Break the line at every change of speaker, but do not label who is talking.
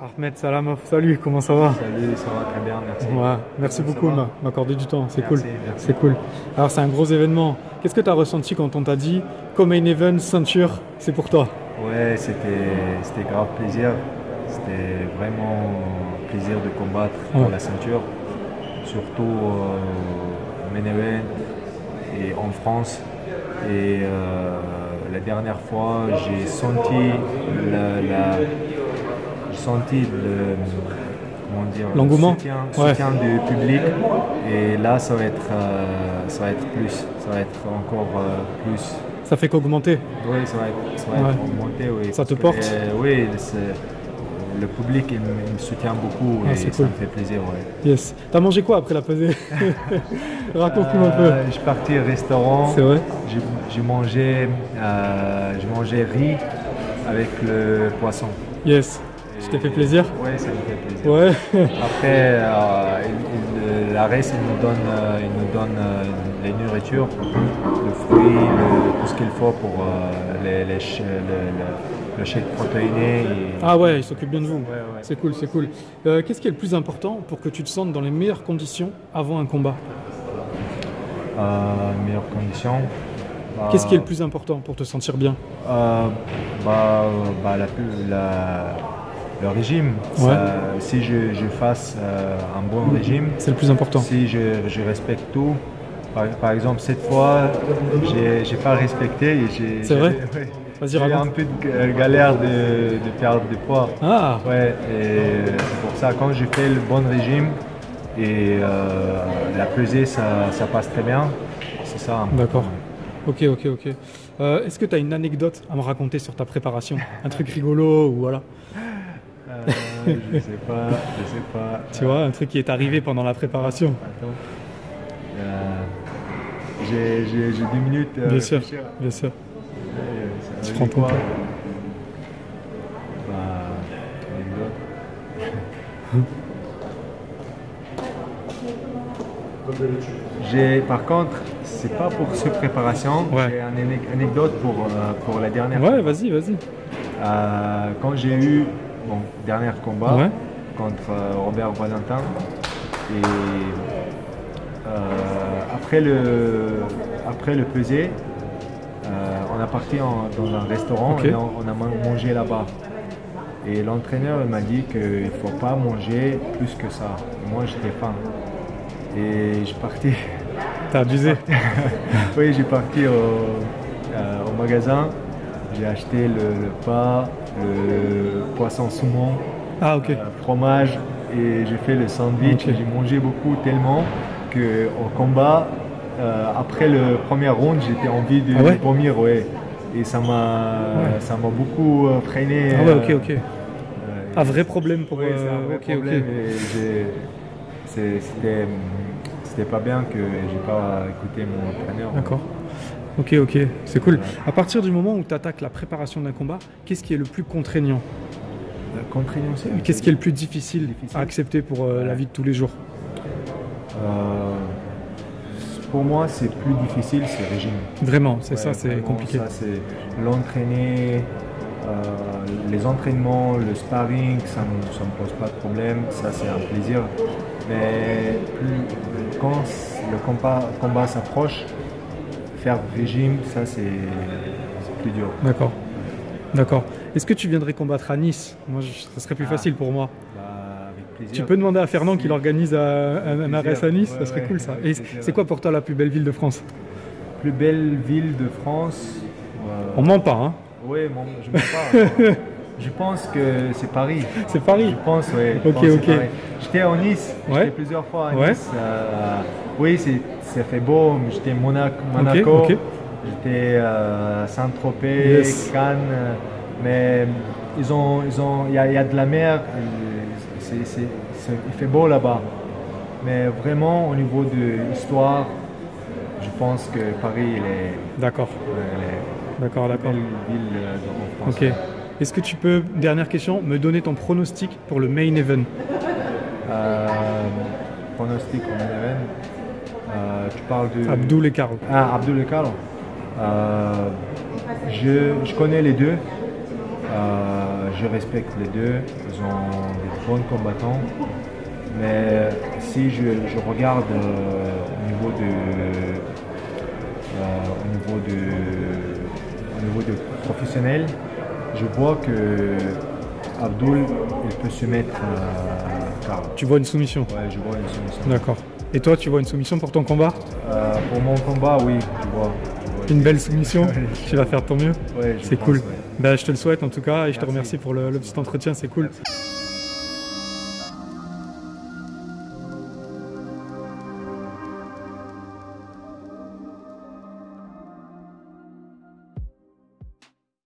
Ahmed Salamov. Salut, comment ça va
Salut, ça va très bien, merci.
Ouais, merci
Comment ça
beaucoup de
va
m'a- m'accorder du temps, c'est cool.
Merci, merci.
C'est cool. Alors, c'est un gros événement. Qu'est-ce que tu as ressenti quand on t'a dit comme un event, ceinture, c'est pour toi
Ouais, c'était c'était grave plaisir. C'était vraiment plaisir de combattre
Ouais.
pour la ceinture, surtout euh, au main event et en France. Et euh, la dernière fois, j'ai senti la, la- j'ai senti le comment dire, le
L'engouement.
soutien,
Ouais.
soutien du public. Et là, ça va être euh, ça va être plus, ça va être encore euh, plus.
Ça fait qu'augmenter.
Oui, ça va être, ça va
Ouais.
être augmenté, oui.
Ça te
Parce
porte
que, euh, Oui, c'est- le public il me, il me soutient beaucoup
Ah,
et
c'est
ça
cool.
me fait plaisir. ouais.
Yes. T'as mangé quoi après la pesée Raconte-nous un peu.
Euh, je suis parti au restaurant,
C'est vrai
j'ai j'ai mangé, euh, j'ai mangé riz avec le poisson.
Yes. Tu t'es fait plaisir
Oui, ça me fait plaisir.
Ouais.
Après, euh, il- il- la reste, il nous donne, euh, il nous donne euh, les nourritures, le fruit, le- tout ce qu'il faut pour euh, les, les ch- le, le- le shake protéiné. et-
Ah ouais, il s'occupe bien de vous.
Ouais, ouais.
C'est cool, c'est cool. Euh, Qu'est-ce qui est le plus important pour que tu te sentes dans les meilleures conditions avant un combat
Euh, meilleures conditions. Bah,
Qu'est-ce qui est le plus important pour te sentir bien
euh, bah, euh, bah, la, pu- la- Le régime. Ça- si je, je fasse euh, un bon régime,
C'est le plus important.
si je, je respecte tout. Par, par exemple, cette fois, j'ai j'ai pas respecté et j'ai
C'est vrai
j'avais- ouais.
Vas-y,
J'ai eu un
raconte.
peu de ga- galère de, de perdre du poids.
Ah,
Ouais, et c'est pour ça, quand j'ai fait le bon régime et euh, la pesée, ça, ça passe très bien. C'est ça.
D'accord. ok, ok, ok. Euh, Est-ce que tu as une anecdote à me raconter sur ta préparation Un truc rigolo ou voilà
Euh, je sais pas, je sais pas.
Tu vois, un truc qui est arrivé pendant la préparation
Attends. Euh, j'ai- J'ai j'ai 10 minutes. euh,
Bien sûr,
réfléchir.
bien sûr.
Euh, ça
Tu
veut
prends
dire
ton
quoi
temps.
Bah, anecdote. J'ai, par contre, c'est pas pour cette préparation,
Ouais.
j'ai une ane- anecdote pour, euh, pour la dernière.
Ouais, vas-y, vas-y.
Euh, quand j'ai eu mon dernier combat
Ouais.
contre euh, Robert Valentin, et euh, après le après le pesé, euh, on a parti en- dans un restaurant
Ok.
et on, on a man- mangé là-bas. Et l'entraîneur il m'a dit qu'il ne faut pas manger plus que ça. Et moi j'étais faim. Et je partais.
T'as abusé.
Oui, j'ai parti au, euh, au magasin, j'ai acheté le, le pas, le poisson saumon,
Ah, ok.
euh, fromage et j'ai fait le sandwich.
Ok.
J'ai mangé beaucoup tellement que au combat, euh, après le premier round, j'étais envie de
Ah ouais
vomir, ouais. Et ça m'a,
Ouais.
ça m'a beaucoup euh, freiné.
Ah ouais, ok,
euh,
ok.
euh,
Un vrai problème pour...
oui, c'est un
euh,
vrai
ok, ok.
problème et j'ai- c'est- c'était, c'était pas bien que j'ai pas écouté mon entraîneur.
D'accord. Ok, ok, c'est cool. À partir du moment où tu attaques la préparation d'un combat, qu'est-ce qui est le plus contraignant
La contraignant, c'est-
Qu'est-ce qui est le plus difficile,
Difficile.
à accepter pour euh, la vie de tous les jours
Euh, Pour moi, c'est plus difficile, c'est le régime.
Vraiment, c'est
Ouais,
ça, c'est
vraiment,
compliqué.
ça, c'est l'entraîner, euh, les entraînements, le sparring, ça ne me, ça me pose pas de problème, ça c'est un plaisir. Mais plus- quand c- le combat, combat s'approche, faire régime, ça c'est c'est plus dur.
D'accord. D'accord. Est-ce que tu viendrais combattre à Nice Moi, je- ça serait plus
Ah,
facile pour moi.
Bah, avec plaisir.
Tu peux demander à Fernand
Si.
qu'il organise euh, un, un
Plaisir.
arrest à Nice,
Ouais,
ça serait
ouais,
cool ça.
avec
Et
plaisir.
c'est quoi pour toi la plus belle ville de France
Plus belle ville de France euh,
On ment pas, hein
Oui, je me parle. je pense que c'est Paris.
C'est Paris.
Je pense, oui.
Ok, ok.
J'étais en Nice.
Ouais.
J'étais plusieurs fois à
Ouais.
Nice. Euh, oui, c'est, ça fait beau. J'étais à Monaco. Monaco.
ok.
J'étais euh, à Saint-Tropez,
Yes.
Cannes. euh, Mais ils ont, ils ont, il y, a- il y a de la mer. euh, c'est- c'est- c'est- il fait beau là-bas. Mais vraiment, au niveau de l'histoire, je pense que Paris, il est,
D'accord,
elle est
d'accord,
la
d'accord.
belle ville euh, en France.
Ok. Est-ce que tu peux, dernière question, me donner ton pronostic pour le main event
Euh, pronostic en Eleven. Euh, tu parles de.
Abdoul et Caro.
Ah, Abdul Kalo. Euh, je, je connais les deux. Euh, je respecte les deux. Ils ont des bon combattant. Mais si je, je regarde euh, au niveau de. euh, au niveau de. au niveau de professionnel, je vois que Abdul il peut se mettre à carreau.
Tu vois une soumission.
Ouais, je vois une solution.
D'accord. Et toi, tu vois une soumission pour ton combat
Euh, pour mon combat, oui, je vois. je vois.
Une belle soumission
Ouais,
Tu vas faire ton mieux
Ouais, je
C'est
pense,
cool.
ouais.
Bah, je te le souhaite en tout cas et je te
Merci.
remercie pour le, le petit entretien, c'est cool.
Merci.